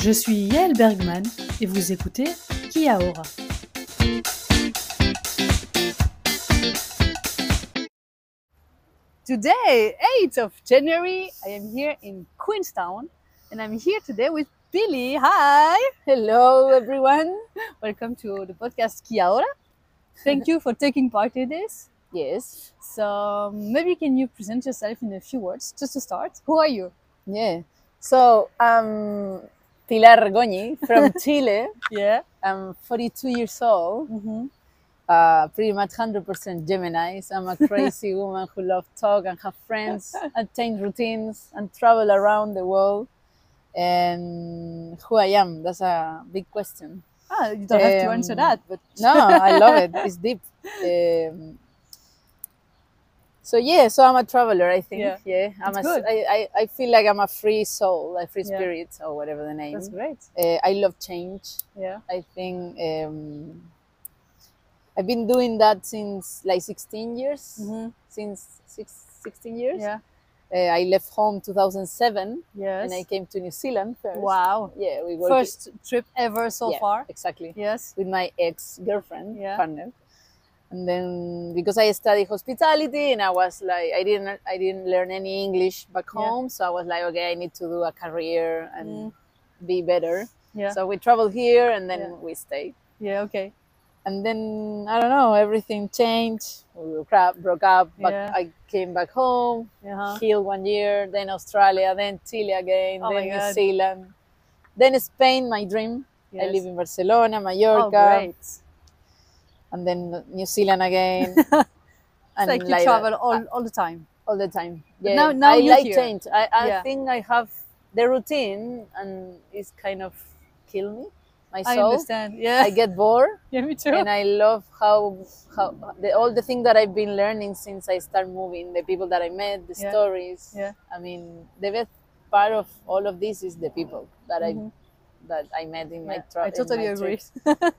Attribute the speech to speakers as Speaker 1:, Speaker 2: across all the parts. Speaker 1: Je suis Yael Bergman et vous écoutez Qui a Aura.
Speaker 2: Today, 8th of January, I am here in Queenstown and I'm here today with Billy. Hi!
Speaker 3: Hello, everyone.
Speaker 2: Welcome to the podcast Kia Ora. Thank you for taking part in this.
Speaker 3: Yes.
Speaker 2: So um, maybe can you present yourself in a few words just to start? Who are you?
Speaker 3: Yeah. So I'm Pilar Goñi from Chile.
Speaker 2: Yeah.
Speaker 3: I'm 42 years old,
Speaker 2: hmm
Speaker 3: uh, pretty much 100% Gemini. I'm a crazy woman who loves talk and have friends and change routines and travel around the world. And who I am, that's a big question.
Speaker 2: Ah, you don't have to
Speaker 3: Um,
Speaker 2: answer that, but
Speaker 3: No, I love it. It's deep. Um, so yeah, so I'm a traveler. I think.
Speaker 2: Yeah.
Speaker 3: Yeah, I'm a,
Speaker 2: That's
Speaker 3: s-
Speaker 2: good.
Speaker 3: I, I, I feel like I'm a free soul, a free
Speaker 2: Yeah.
Speaker 3: spirit, or whatever the name.
Speaker 2: that's great.
Speaker 3: Uh, I love change.
Speaker 2: Yeah.
Speaker 3: I think um, I've been doing that since like 16 years.
Speaker 2: hmm
Speaker 3: Since six, 16 years.
Speaker 2: Yeah.
Speaker 3: Uh, I left home 2007,
Speaker 2: Yes.
Speaker 3: and I came to New Zealand first.
Speaker 2: Wow.
Speaker 3: Yeah, we were
Speaker 2: First trip ever so
Speaker 3: Yeah.
Speaker 2: far.
Speaker 3: exactly.
Speaker 2: Yes.
Speaker 3: with my ex girlfriend
Speaker 2: Yeah.
Speaker 3: partner, and then because I studied hospitality and I was like I didn't I didn't learn any English back
Speaker 2: Yeah.
Speaker 3: home, so I was like okay I need to do a career and
Speaker 2: Mm.
Speaker 3: be better.
Speaker 2: Yeah.
Speaker 3: So we traveled here and then
Speaker 2: Yeah.
Speaker 3: we stayed,
Speaker 2: Yeah. Okay.
Speaker 3: and then I don't know everything changed. We broke up, broke up. But
Speaker 2: Yeah.
Speaker 3: I came back home,
Speaker 2: Uh-huh.
Speaker 3: here one year, then Australia, then Chile again,
Speaker 2: Oh my
Speaker 3: then New
Speaker 2: God.
Speaker 3: Zealand, then Spain. My dream. I
Speaker 2: Yes.
Speaker 3: live in Barcelona, Mallorca
Speaker 2: Oh, great.
Speaker 3: and then New Zealand again.
Speaker 2: It's
Speaker 3: and
Speaker 2: like you
Speaker 3: like uh,
Speaker 2: travel
Speaker 3: that,
Speaker 2: all, all the time.
Speaker 3: all the time.
Speaker 2: But
Speaker 3: Yeah,
Speaker 2: now- now
Speaker 3: I
Speaker 2: you're
Speaker 3: like
Speaker 2: here.
Speaker 3: change. I, I
Speaker 2: Yeah.
Speaker 3: think I have the routine, and it's kind of kill me. My
Speaker 2: I
Speaker 3: soul.
Speaker 2: understand. Yeah.
Speaker 3: I get bored,
Speaker 2: yeah, me too.
Speaker 3: and I love how how the, all the thing that I've been learning since I start moving, the people that I met, the
Speaker 2: Yeah.
Speaker 3: stories.
Speaker 2: Yeah.
Speaker 3: I mean, the best part of all of this is the people that
Speaker 2: Mhm.
Speaker 3: I that I met in my
Speaker 2: Yeah,
Speaker 3: travel.
Speaker 2: I totally agree.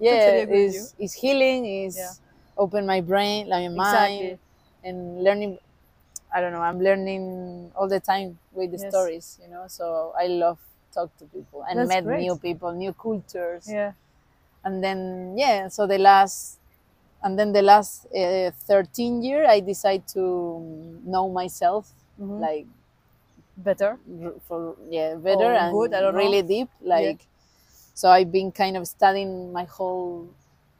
Speaker 3: Yeah,
Speaker 2: agree with
Speaker 3: it's, it's healing. Is
Speaker 2: Yeah.
Speaker 3: open my brain, like my mind
Speaker 2: exactly.
Speaker 3: and learning i don't know i'm learning all the time with the
Speaker 2: Yes.
Speaker 3: stories you know so i love talk to people and
Speaker 2: That's
Speaker 3: met
Speaker 2: great.
Speaker 3: new people new cultures
Speaker 2: Yeah.
Speaker 3: and then yeah so the last and then the last uh, 13 year i decide to know myself
Speaker 2: Mhm.
Speaker 3: like
Speaker 2: Better.
Speaker 3: r- for yeah better and
Speaker 2: Oh, good, I don't know.
Speaker 3: really deep like so i've been kind of studying my whole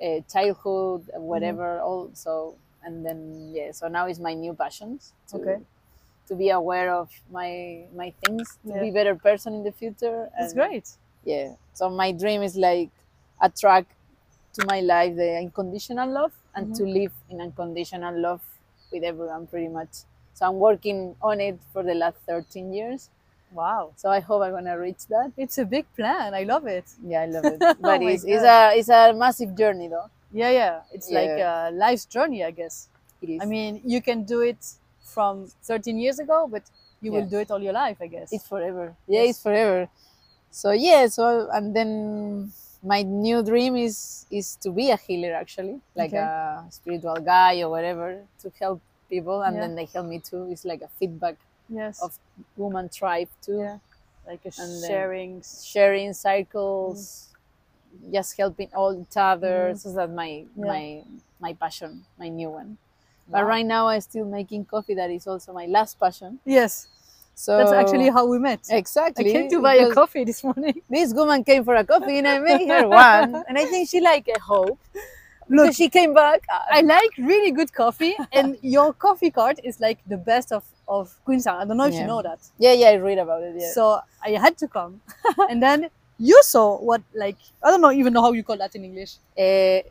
Speaker 3: uh, childhood
Speaker 2: Mm-hmm.
Speaker 3: whatever all so and then yeah so now is my new passions to,
Speaker 2: Okay.
Speaker 3: to be aware of my my things to
Speaker 2: Yeah.
Speaker 3: be better person in the future
Speaker 2: That's
Speaker 3: and
Speaker 2: great.
Speaker 3: yeah so my dream is like attract to my life the unconditional love and
Speaker 2: Mhm.
Speaker 3: to live in unconditional love with everyone pretty much so i'm working on it for the last 13 years
Speaker 2: Wow.
Speaker 3: so I hope I'm gonna reach that.
Speaker 2: It's a big plan. I love it.
Speaker 3: Yeah, I love it.
Speaker 2: Oh
Speaker 3: But
Speaker 2: my
Speaker 3: it's, it's
Speaker 2: God.
Speaker 3: a it's a massive journey though.
Speaker 2: Yeah, yeah. It's like a life's journey, I guess.
Speaker 3: It is.
Speaker 2: I mean, you can do it from 13 years ago, but you will
Speaker 3: Yeah.
Speaker 2: do it all your life, I guess.
Speaker 3: it's forever. Yeah, it's forever. So yeah, so and then my new dream is is to be a healer actually, like
Speaker 2: Okay.
Speaker 3: a spiritual guy or whatever to help people, and
Speaker 2: Yeah.
Speaker 3: then they help me too. It's like a feedback
Speaker 2: yes.
Speaker 3: of- woman tribe too,
Speaker 2: Yeah. like a
Speaker 3: and then-
Speaker 2: sharing.
Speaker 3: sharing cycles. Just helping all each other,
Speaker 2: Mhm.
Speaker 3: so that my
Speaker 2: Mm. Yeah.
Speaker 3: my my passion, my new one. But
Speaker 2: Wow.
Speaker 3: right now I'm still making coffee. That is also my last passion.
Speaker 2: Yes.
Speaker 3: So
Speaker 2: That's actually how we met. I
Speaker 3: exactly.
Speaker 2: came to buy a
Speaker 3: because
Speaker 2: coffee this morning.
Speaker 3: This woman came for a coffee, and I made her one, and I think she liked a hope. so
Speaker 2: Look,
Speaker 3: she came back. I,
Speaker 2: I like really good coffee, and your coffee cart is like the best of, of Queenstown. I don't know if you
Speaker 3: Yeah.
Speaker 2: know that.
Speaker 3: yeah, yeah, I read about it. Yeah,
Speaker 2: So I had to come. and then you saw what, like, I don't know even know how you call that in English.
Speaker 3: Eh,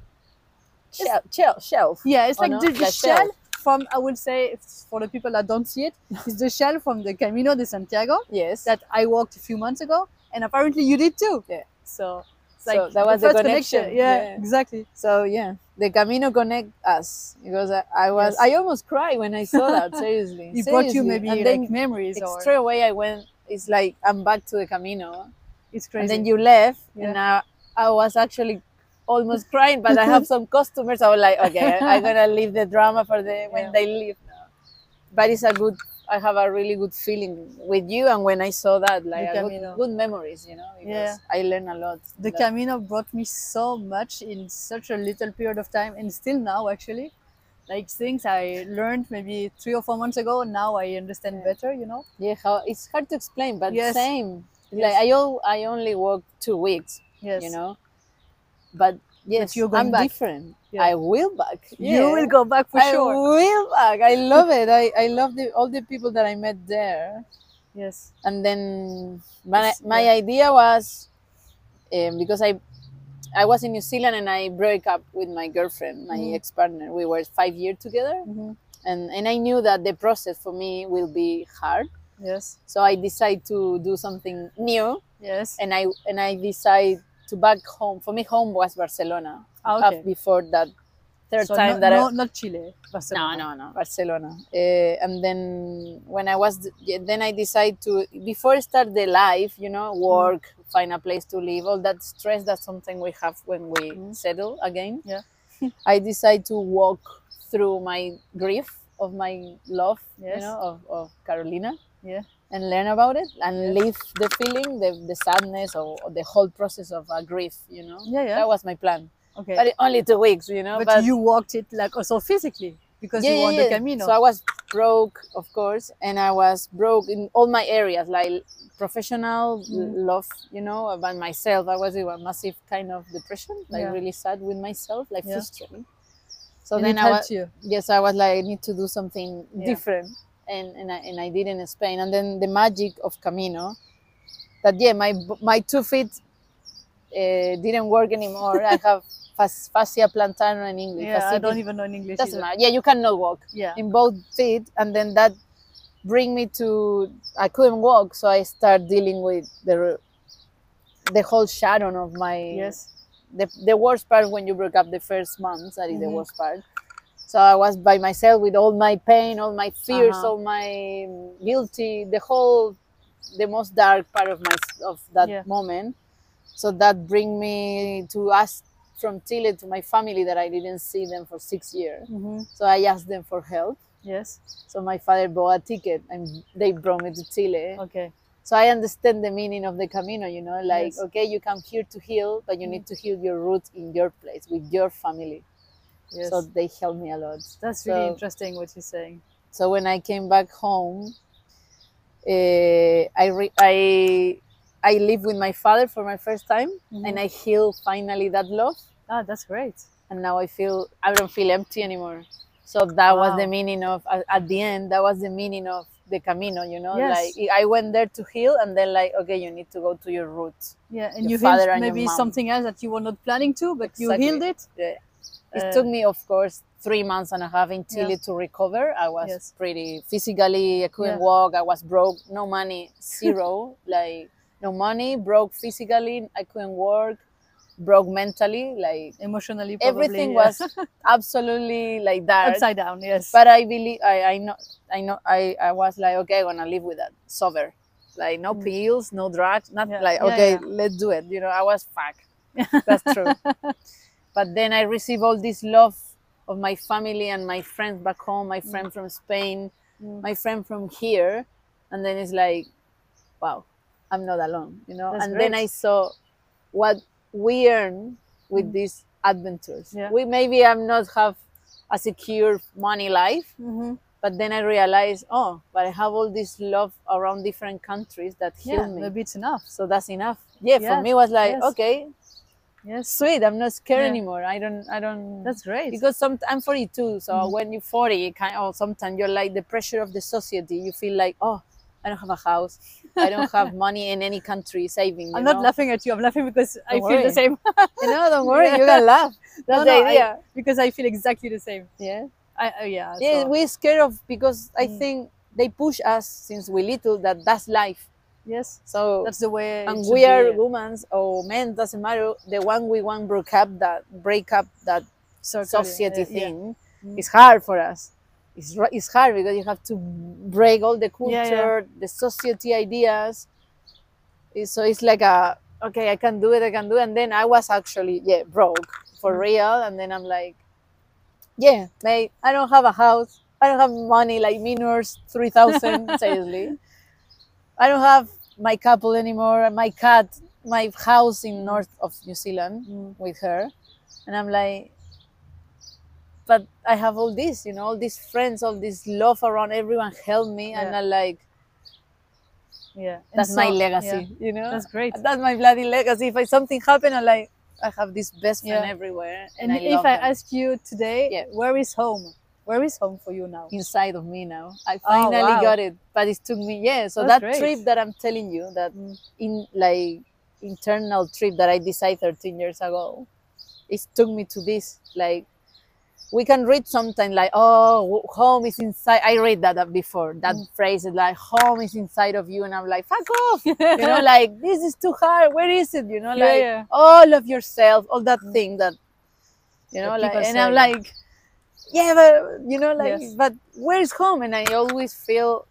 Speaker 3: shel- shel- shelf.
Speaker 2: Yeah, it's
Speaker 3: Oh,
Speaker 2: like
Speaker 3: no,
Speaker 2: the, the
Speaker 3: the
Speaker 2: shell
Speaker 3: shell.
Speaker 2: from, I would say, it's for the people that don't see it, it's the shell from the Camino de Santiago
Speaker 3: Yes,
Speaker 2: that I walked a few months ago. And apparently you did too.
Speaker 3: Yeah.
Speaker 2: So it's
Speaker 3: So
Speaker 2: like
Speaker 3: that was
Speaker 2: the
Speaker 3: the
Speaker 2: first
Speaker 3: connection.
Speaker 2: Yeah,
Speaker 3: Yeah.
Speaker 2: exactly.
Speaker 3: So yeah, the Camino connect us because I, I was
Speaker 2: Yes.
Speaker 3: I almost cried when I saw that. Seriously,
Speaker 2: It brought you
Speaker 3: seriously.
Speaker 2: maybe
Speaker 3: and
Speaker 2: like
Speaker 3: then
Speaker 2: memories or
Speaker 3: straight away I went. It's like I'm back to the Camino.
Speaker 2: it's crazy.
Speaker 3: and then you left
Speaker 2: Yeah.
Speaker 3: and I, I was actually almost crying but i have some customers i was like okay i'm gonna leave the drama for the when
Speaker 2: Yeah.
Speaker 3: they leave now. but it's a good I have a really good feeling with you. And when I saw that, like
Speaker 2: The
Speaker 3: a good,
Speaker 2: Camino.
Speaker 3: good memories, you know, because
Speaker 2: Yeah.
Speaker 3: I learned a lot.
Speaker 2: The
Speaker 3: Like,
Speaker 2: Camino brought me so much in such a little period of time, and still now, actually. Like things I learned maybe three or four months ago, now I understand
Speaker 3: Yeah.
Speaker 2: better, you know?
Speaker 3: yeah, how, it's hard to explain, but
Speaker 2: Yes.
Speaker 3: same.
Speaker 2: Yes.
Speaker 3: Like I, all, I only worked two weeks,
Speaker 2: Yes.
Speaker 3: you know, but yes,
Speaker 2: you're going
Speaker 3: I'm
Speaker 2: back.
Speaker 3: different.
Speaker 2: Yeah.
Speaker 3: I will back.
Speaker 2: You will
Speaker 3: yeah.
Speaker 2: go back for
Speaker 3: I
Speaker 2: sure.
Speaker 3: will back. I love it. I, I love the, all the people that I met there.
Speaker 2: Yes.
Speaker 3: And then my,
Speaker 2: It's-
Speaker 3: my
Speaker 2: yeah.
Speaker 3: idea was um, because I I was in New Zealand and I broke up with my girlfriend, my
Speaker 2: Mhm.
Speaker 3: ex partner. We were five years together,
Speaker 2: Mhm.
Speaker 3: and, and I knew that the process for me will be hard.
Speaker 2: Yes.
Speaker 3: So I decided to do something new,
Speaker 2: Yes.
Speaker 3: and I and I decided to back home. For me, home was Barcelona.
Speaker 2: Ah,
Speaker 3: Up
Speaker 2: okay.
Speaker 3: before that third
Speaker 2: So
Speaker 3: time
Speaker 2: no,
Speaker 3: that I,
Speaker 2: no, not Chile.
Speaker 3: no,
Speaker 2: Barcelona.
Speaker 3: no, no, Barcelona. Uh, and then when I was, yeah, then I decided to before I start the life, you
Speaker 2: Mm-hmm.
Speaker 3: know, work, find a place to live, all that stress that's something we have when we
Speaker 2: Mm.
Speaker 3: settle again.
Speaker 2: Yeah.
Speaker 3: I decided to walk through my grief of my love,
Speaker 2: Yes.
Speaker 3: you know, of, of Carolina.
Speaker 2: Yeah.
Speaker 3: And learn about it and
Speaker 2: Yeah.
Speaker 3: live the feeling, the, the sadness, or, or the whole process of uh, grief. You know,
Speaker 2: Yeah, yeah.
Speaker 3: that was my plan.
Speaker 2: Okay.
Speaker 3: But only two weeks, you know.
Speaker 2: but, you walked it like also physically because you want the Camino.
Speaker 3: so I was broke, of course, and I was broke in all my areas, like professional
Speaker 2: Mhm.
Speaker 3: l- love, you know, about myself. I was in a massive kind of depression, like
Speaker 2: Yeah.
Speaker 3: really sad with myself, like
Speaker 2: Yeah.
Speaker 3: frustrated. So
Speaker 2: and
Speaker 3: then
Speaker 2: it
Speaker 3: I
Speaker 2: helped
Speaker 3: was,
Speaker 2: you.
Speaker 3: yes, I was like, I need to do something
Speaker 2: Yeah.
Speaker 3: different, and and I, and I did in Spain, and then the magic of Camino, that yeah, my b- my two feet uh, didn't work anymore. I have fas- fascia plantar in English.
Speaker 2: Yeah, I
Speaker 3: fasciitis-
Speaker 2: don't even know in English.
Speaker 3: doesn't
Speaker 2: either.
Speaker 3: matter. Yeah, you cannot walk
Speaker 2: Yeah.
Speaker 3: in both feet and then that bring me to i couldn't walk so i start dealing with the the whole shadow of my
Speaker 2: Yes.
Speaker 3: the, the worst part when you break up the first month that is the
Speaker 2: Mhm.
Speaker 3: worst part so i was by myself with all my pain all my fears
Speaker 2: Uh-huh.
Speaker 3: all my guilty the whole the most dark part of my of that
Speaker 2: Yeah.
Speaker 3: moment so that bring me to ask from chile to my family that i didn't see them for six years
Speaker 2: hmm
Speaker 3: so i asked them for help
Speaker 2: Yes.
Speaker 3: so my father bought a ticket and they brought me to Chile.
Speaker 2: Okay.
Speaker 3: So I understand the meaning of the Camino, you know, like,
Speaker 2: Yes. Mm.
Speaker 3: okay, you come here to heal, but you need to heal your roots in your place with your family.
Speaker 2: Yes.
Speaker 3: So they helped me a lot.
Speaker 2: That's really
Speaker 3: so-
Speaker 2: interesting what you're saying.
Speaker 3: So when I came back home, uh, I, re- I, I lived with my father for my first time
Speaker 2: Mm.
Speaker 3: and I healed finally that love.
Speaker 2: Mm-hmm. ah, that's great.
Speaker 3: and now I feel I don't feel empty anymore. So that was the
Speaker 2: Wow.
Speaker 3: meaning of at, at the end. That was the meaning of the Camino. You know,
Speaker 2: Yes.
Speaker 3: like I went there to heal, and then like okay, you need to go to your roots.
Speaker 2: Yeah, and you
Speaker 3: Your father
Speaker 2: healed
Speaker 3: and your
Speaker 2: maybe
Speaker 3: mom.
Speaker 2: something else that you were not planning to, but
Speaker 3: Exactly.
Speaker 2: you healed it.
Speaker 3: Yeah. It
Speaker 2: Uh,
Speaker 3: took me, of course, three months and a half in
Speaker 2: Yeah.
Speaker 3: Chile to recover. I was
Speaker 2: Yes.
Speaker 3: pretty physically. I couldn't
Speaker 2: Yeah.
Speaker 3: walk. I was broke. No money. Zero. like no money. Broke physically. I couldn't work. Broke mentally. Like
Speaker 2: Emotionally, probably,
Speaker 3: everything
Speaker 2: yeah.
Speaker 3: was absolutely like that.
Speaker 2: upside down. Yes.
Speaker 3: but I believe I I know I know I I was like okay I'm gonna live with that sober like no
Speaker 2: Mm.
Speaker 3: pills no drugs not
Speaker 2: Yeah,
Speaker 3: like
Speaker 2: yeah,
Speaker 3: okay
Speaker 2: yeah.
Speaker 3: let's do it you know I was fuck that's true but then I receive all this love of my family and my friends back home my friend from Spain
Speaker 2: Mm.
Speaker 3: my friend from here and then it's like wow I'm not alone you know
Speaker 2: That's
Speaker 3: and then
Speaker 2: great.
Speaker 3: I saw what we earn with
Speaker 2: Mm.
Speaker 3: these adventures
Speaker 2: Yeah.
Speaker 3: we maybe I'm not have a secure money life
Speaker 2: Mhm.
Speaker 3: but then I realized, oh, but I have all this love around different countries that heal
Speaker 2: Yeah,
Speaker 3: me.
Speaker 2: maybe it's enough.
Speaker 3: So that's enough. Yeah, for
Speaker 2: Yes,
Speaker 3: me it was like,
Speaker 2: yes.
Speaker 3: okay,
Speaker 2: Yes,
Speaker 3: sweet. I'm not scared
Speaker 2: Yeah.
Speaker 3: anymore. I don't, I don't.
Speaker 2: that's great.
Speaker 3: because some, I'm 42, so
Speaker 2: Mhm.
Speaker 3: when you're 40, you kind of sometimes you're like the pressure of the society. You feel like, oh, I don't have a house. I don't have money in any country saving. You
Speaker 2: I'm
Speaker 3: know?
Speaker 2: not laughing at you. I'm laughing because I
Speaker 3: Don't
Speaker 2: feel
Speaker 3: worry.
Speaker 2: the same.
Speaker 3: You know, don't worry.
Speaker 2: Yeah.
Speaker 3: You can laugh. That's
Speaker 2: No,
Speaker 3: the
Speaker 2: no, I-
Speaker 3: idea.
Speaker 2: because I feel exactly the same.
Speaker 3: yeah.
Speaker 2: I uh, yeah.
Speaker 3: Yeah,
Speaker 2: so-
Speaker 3: we're scared of because I
Speaker 2: Mm.
Speaker 3: think they push us since we little that that's life.
Speaker 2: yes.
Speaker 3: So
Speaker 2: That's the way.
Speaker 3: and
Speaker 2: it should
Speaker 3: we are
Speaker 2: be.
Speaker 3: women or men doesn't matter the one we want break up that break up that
Speaker 2: Circle,
Speaker 3: society
Speaker 2: yeah, yeah.
Speaker 3: thing
Speaker 2: Mm.
Speaker 3: it's hard for us it's, ri- it's hard because you have to break all the culture
Speaker 2: Yeah, yeah.
Speaker 3: the society ideas It's- so it's like a okay i can do it i can do it and then i was actually yeah broke for
Speaker 2: Mm.
Speaker 3: real and then i'm like yeah mate i don't have a house I don't have money like Minors, 3,000, seriously. I don't have my couple anymore, my cat, my house in north of New Zealand
Speaker 2: Mm.
Speaker 3: with her. And I'm like, but I have all this, you know, all these friends, all this love around everyone help me. And
Speaker 2: Yeah.
Speaker 3: I'm like,
Speaker 2: Yeah. And
Speaker 3: that's my
Speaker 2: so-
Speaker 3: legacy, you know?
Speaker 2: yeah, That's great.
Speaker 3: That's my bloody legacy. If I, something happened, I'm like, I have this best friend
Speaker 2: Yeah.
Speaker 3: everywhere.
Speaker 2: And
Speaker 3: And, I
Speaker 2: if
Speaker 3: love
Speaker 2: I
Speaker 3: them.
Speaker 2: ask you today,
Speaker 3: Yeah.
Speaker 2: where is home? Where is home for you now?
Speaker 3: inside of me now. I
Speaker 2: Oh,
Speaker 3: finally
Speaker 2: wow.
Speaker 3: got it, but it took me yeah. So
Speaker 2: That's
Speaker 3: that
Speaker 2: great.
Speaker 3: trip that I'm telling you, that
Speaker 2: Mm.
Speaker 3: in like internal trip that I decided 13 years ago, it took me to this. Like we can read sometimes like oh w- home is inside. I read that uh, before that
Speaker 2: Mm.
Speaker 3: phrase is like home is inside of you, and I'm like fuck off. you know, like this is too hard. Where is it? You know,
Speaker 2: Yeah,
Speaker 3: like
Speaker 2: yeah.
Speaker 3: all of yourself, all that thing that you know,
Speaker 2: That
Speaker 3: like,
Speaker 2: people
Speaker 3: and I'm
Speaker 2: say.
Speaker 3: like, yeah, but you know, like,
Speaker 2: Yes.
Speaker 3: but where's home? And I always feel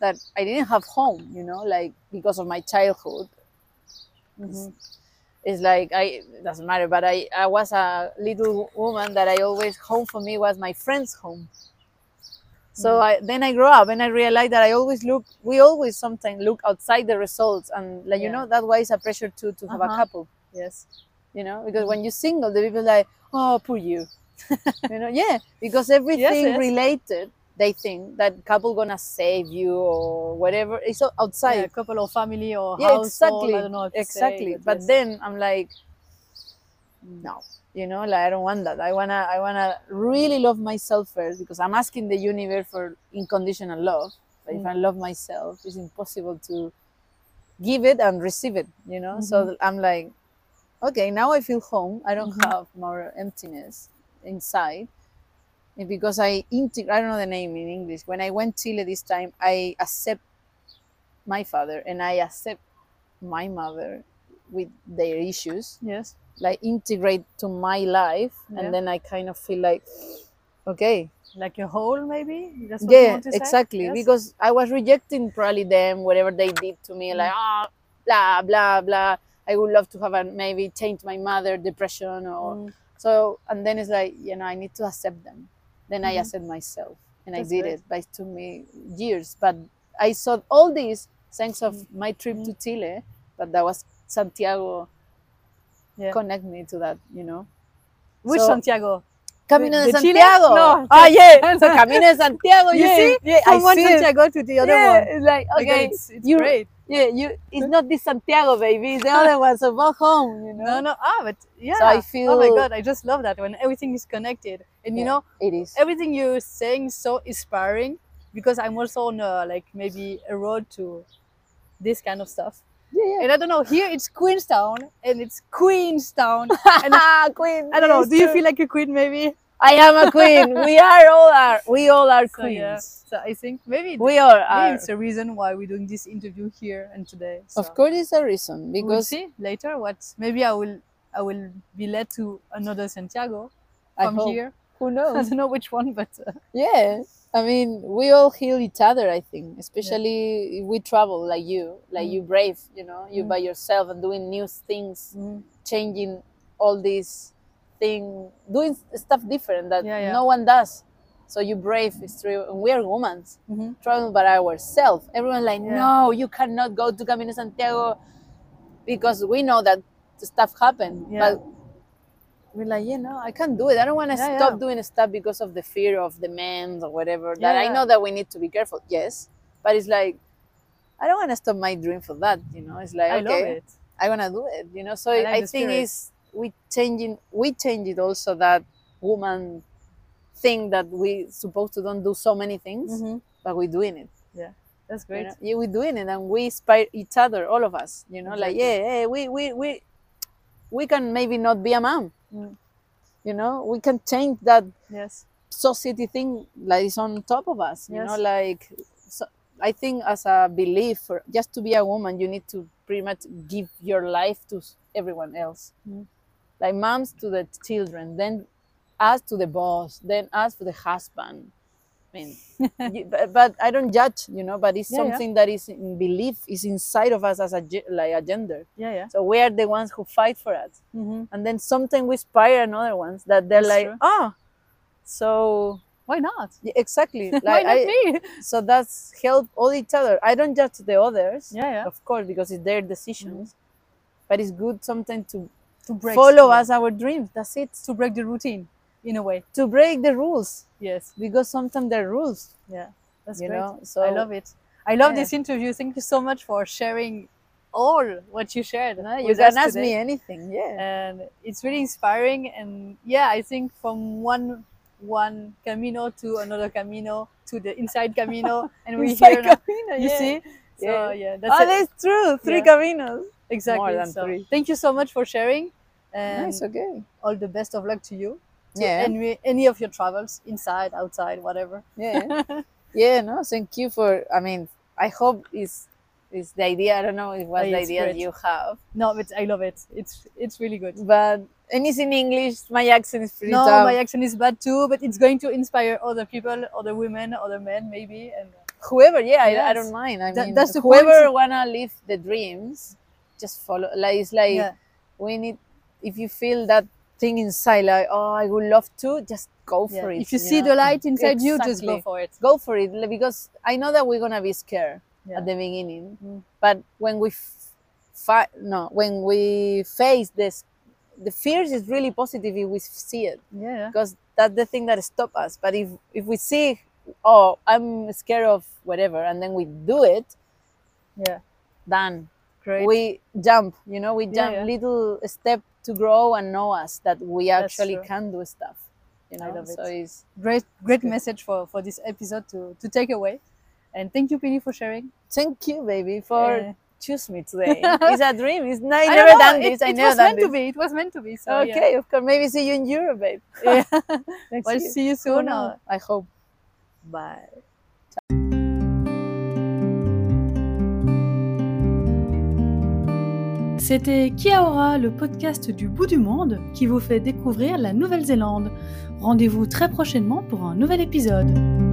Speaker 3: that I didn't have home, you know, like because of my childhood.
Speaker 2: Mhm.
Speaker 3: It's like I it doesn't matter, but I I was a little woman that I always home for me was my friend's home.
Speaker 2: Mm.
Speaker 3: So I, then I grew up and I realized that I always look, we always sometimes look outside the results, and like you
Speaker 2: Yeah.
Speaker 3: know that why it's a pressure to to have
Speaker 2: Uh-huh. Mm.
Speaker 3: a couple
Speaker 2: Yes.
Speaker 3: you know because when you're single the people like oh poor you you know yeah because everything
Speaker 2: yes.
Speaker 3: related they think that couple gonna save you or whatever it's all
Speaker 2: Yeah,
Speaker 3: outside
Speaker 2: couple or family or
Speaker 3: Yeah,
Speaker 2: household.
Speaker 3: exactly.
Speaker 2: I don't know how to say,
Speaker 3: exactly but
Speaker 2: yes.
Speaker 3: then i'm like no you know like i don't want that i wanna i wanna really love myself first because i'm asking the universe for unconditional love but if
Speaker 2: Mm.
Speaker 3: i love myself it's impossible to give it and receive it you know
Speaker 2: Mm-hmm.
Speaker 3: so i'm like okay now i feel home i don't
Speaker 2: Mhm.
Speaker 3: have more emptiness inside and because i integrate i don't know the name in english when i went chile this time i accept my father and i accept my mother with their issues
Speaker 2: yes.
Speaker 3: like integrate to my life
Speaker 2: Yeah.
Speaker 3: and then i kind of feel like okay
Speaker 2: Like a whole maybe? That's what you
Speaker 3: yeah
Speaker 2: want to say?
Speaker 3: exactly
Speaker 2: Yes.
Speaker 3: because i was rejecting probably them whatever they did to me like
Speaker 2: Mm.
Speaker 3: ah blah blah blah i would love to have a, maybe change my mother depression or
Speaker 2: Mm.
Speaker 3: so and then it's like you know i need to accept them then i
Speaker 2: Mhm.
Speaker 3: accept myself and
Speaker 2: That's
Speaker 3: i did
Speaker 2: great.
Speaker 3: it but it took me years but i saw all this thanks of my trip to chile but that was santiago
Speaker 2: Yeah.
Speaker 3: connect me to that you know
Speaker 2: Which
Speaker 3: So-
Speaker 2: Santiago?
Speaker 3: Camino
Speaker 2: de
Speaker 3: de,
Speaker 2: Ah, Chile?
Speaker 3: Santiago.
Speaker 2: No.
Speaker 3: Oh yeah, so Camino de Santiago. You
Speaker 2: Yeah,
Speaker 3: see?
Speaker 2: Yeah,
Speaker 3: I
Speaker 2: Oh, from one
Speaker 3: see it.
Speaker 2: Santiago to the other
Speaker 3: yeah,
Speaker 2: one.
Speaker 3: it's like
Speaker 2: Because
Speaker 3: okay,
Speaker 2: It's, it's
Speaker 3: you-
Speaker 2: great.
Speaker 3: yeah, you. It's not this Santiago, baby. It's the other one. So go home, you know.
Speaker 2: No, no, ah, but yeah. Oh my
Speaker 3: I feel-
Speaker 2: God, I just love that when everything is connected. And you
Speaker 3: Yeah.
Speaker 2: know,
Speaker 3: It is.
Speaker 2: everything you're saying is so inspiring because I'm also on a, like maybe a road to this kind of stuff.
Speaker 3: Yeah, yeah.
Speaker 2: And I don't know, here it's Queenstown and it's Queenstown. and
Speaker 3: Ah, queen.
Speaker 2: I don't know,
Speaker 3: yes,
Speaker 2: do you
Speaker 3: sir.
Speaker 2: feel like a queen maybe?
Speaker 3: I am a queen. we are all are. We all are
Speaker 2: So, yeah.
Speaker 3: queens.
Speaker 2: So I think maybe,
Speaker 3: We all
Speaker 2: maybe
Speaker 3: are.
Speaker 2: it's a reason why we're doing this interview here and today. So
Speaker 3: Of course, it's a reason
Speaker 2: we'll
Speaker 3: because
Speaker 2: see later what maybe I will I will be led to another Santiago
Speaker 3: I
Speaker 2: from
Speaker 3: hope.
Speaker 2: here.
Speaker 3: Who
Speaker 2: I
Speaker 3: knows?
Speaker 2: don't know which one, but uh,
Speaker 3: yeah. I mean, we all heal each other. I think, especially if we travel like you, like
Speaker 2: Mm.
Speaker 3: you brave. You know, you
Speaker 2: Mm.
Speaker 3: by yourself and doing new things. changing all these thing doing stuff different that
Speaker 2: Yeah, yeah.
Speaker 3: no one does so you brave is true and we are women
Speaker 2: Mhm.
Speaker 3: traveling by ourselves everyone like
Speaker 2: Yeah.
Speaker 3: no you cannot go to camino santiago because we know that stuff happened
Speaker 2: Yeah.
Speaker 3: but we're like you know i can't do it i don't want to
Speaker 2: Yeah,
Speaker 3: stop
Speaker 2: yeah.
Speaker 3: doing stuff because of the fear of the men or whatever that
Speaker 2: Yeah.
Speaker 3: i know that we need to be careful yes but it's like i don't want to stop my dream for that you know it's like
Speaker 2: I
Speaker 3: okay
Speaker 2: love it.
Speaker 3: I wanna do it, you know. So
Speaker 2: I
Speaker 3: I,
Speaker 2: like the
Speaker 3: think
Speaker 2: spirit.
Speaker 3: it's we changing we change it also that woman thing that we supposed to don't do so many things,
Speaker 2: Mhm.
Speaker 3: but we're doing it.
Speaker 2: That's
Speaker 3: you
Speaker 2: great.
Speaker 3: know? Mm-hmm. Yeah, we're doing it, and we inspire each other, all of us. You know, like
Speaker 2: Exactly.
Speaker 3: yeah, yeah, we we we we can maybe not be a mom.
Speaker 2: Mm.
Speaker 3: You know, we can change that
Speaker 2: Yes.
Speaker 3: society thing like is on top of us you
Speaker 2: Yes.
Speaker 3: know like so i think as a belief for just to be a woman you need to pretty much give your life to s- everyone else
Speaker 2: Mm.
Speaker 3: like moms to the children then us to the boss then us to the husband i mean you- but, but i don't judge you know but
Speaker 2: Yeah,
Speaker 3: it's
Speaker 2: yeah.
Speaker 3: something that is in belief is inside of us as a ge- like a gender
Speaker 2: Yeah, yeah.
Speaker 3: so we are the ones who fight for us
Speaker 2: Mm-hmm.
Speaker 3: and then sometimes we inspire another ones that they're
Speaker 2: That's
Speaker 3: like
Speaker 2: true.
Speaker 3: oh "Ah, so
Speaker 2: Why not?
Speaker 3: Yeah, exactly. Like
Speaker 2: Why not
Speaker 3: I,
Speaker 2: me?
Speaker 3: so that's help all each other. I don't judge the others,
Speaker 2: Yeah, yeah.
Speaker 3: of course, because it's their decisions. But it's good sometimes to
Speaker 2: To break
Speaker 3: follow
Speaker 2: yeah.
Speaker 3: us our dreams. That's it.
Speaker 2: to break the routine in a way.
Speaker 3: To break the rules
Speaker 2: Yes,
Speaker 3: because sometimes there are rules.
Speaker 2: yeah, that's
Speaker 3: you
Speaker 2: great.
Speaker 3: know. So
Speaker 2: I love it. I love
Speaker 3: yeah.
Speaker 2: this interview. Thank you so much for sharing all what you shared.
Speaker 3: No, uh, you
Speaker 2: with
Speaker 3: can
Speaker 2: us
Speaker 3: ask
Speaker 2: today.
Speaker 3: me anything. Yeah.
Speaker 2: and it's really inspiring and yeah i think from one one camino to another camino to the inside camino and we
Speaker 3: Inside
Speaker 2: hear now-
Speaker 3: Camino,
Speaker 2: you
Speaker 3: yeah.
Speaker 2: see so
Speaker 3: Yeah.
Speaker 2: yeah that's
Speaker 3: Oh,
Speaker 2: it.
Speaker 3: that's true. Three
Speaker 2: Yeah.
Speaker 3: caminos.
Speaker 2: exactly
Speaker 3: more than
Speaker 2: so
Speaker 3: three.
Speaker 2: thank you so much for sharing and
Speaker 3: Nice. Okay.
Speaker 2: all the best of luck to you to
Speaker 3: Yeah.
Speaker 2: any, any of your travels inside outside whatever
Speaker 3: yeah yeah no thank you for i mean i hope is is the idea i don't know if was the
Speaker 2: It's
Speaker 3: idea
Speaker 2: great.
Speaker 3: you have
Speaker 2: no but i love it it's it's really good
Speaker 3: but and it's in english my accent is pretty
Speaker 2: no
Speaker 3: tough
Speaker 2: my accent is bad too but it's going to inspire other people other women other men maybe and
Speaker 3: whoever yeah I, I
Speaker 2: Yes.
Speaker 3: don't mind i
Speaker 2: That-
Speaker 3: mean
Speaker 2: that's the point.
Speaker 3: whoever wanna live the dreams just follow like it's like
Speaker 2: yeah
Speaker 3: we need if you feel that thing inside like oh i would love to just go
Speaker 2: yeah.
Speaker 3: for it
Speaker 2: if you see
Speaker 3: know?
Speaker 2: the light inside you just go
Speaker 3: Exactly.
Speaker 2: for it
Speaker 3: go for it like, because i know that we're gonna be scared
Speaker 2: Yeah.
Speaker 3: at the beginning
Speaker 2: Mm.
Speaker 3: but when we f- fi- no when we face this the fears is really positive if we see it
Speaker 2: yeah, yeah.
Speaker 3: because that's the thing that stop us but if if we see oh i'm scared of whatever and then we do it
Speaker 2: Yeah,
Speaker 3: then
Speaker 2: great.
Speaker 3: we jump you know we
Speaker 2: Yeah,
Speaker 3: jump
Speaker 2: yeah.
Speaker 3: little step to grow and know us that we
Speaker 2: That's
Speaker 3: actually
Speaker 2: true.
Speaker 3: can do stuff you
Speaker 2: I
Speaker 3: know
Speaker 2: love it.
Speaker 3: so it's
Speaker 2: great, great
Speaker 3: good.
Speaker 2: message for for this episode to to take away. And thank you, Pili, for sharing.
Speaker 3: thank you baby for
Speaker 2: Uh,
Speaker 3: choose me today. it's a dream. It's not,
Speaker 2: I
Speaker 3: I,
Speaker 2: don't
Speaker 3: never
Speaker 2: know,
Speaker 3: done
Speaker 2: it-
Speaker 3: this. I
Speaker 2: it
Speaker 3: never
Speaker 2: was
Speaker 3: done
Speaker 2: meant
Speaker 3: this.
Speaker 2: to be. It was meant to be. So
Speaker 3: okay, of course. Maybe see you in Europe, babe.
Speaker 2: Yeah.
Speaker 3: Next
Speaker 2: Well,
Speaker 3: year.
Speaker 2: see you
Speaker 3: Who
Speaker 2: soon.
Speaker 3: knows?
Speaker 2: uh,
Speaker 3: I hope.
Speaker 2: Bye.
Speaker 1: C'était Kia Ora, le podcast du bout du monde qui vous fait découvrir la Nouvelle-Zélande. Rendez-vous très prochainement pour un nouvel épisode.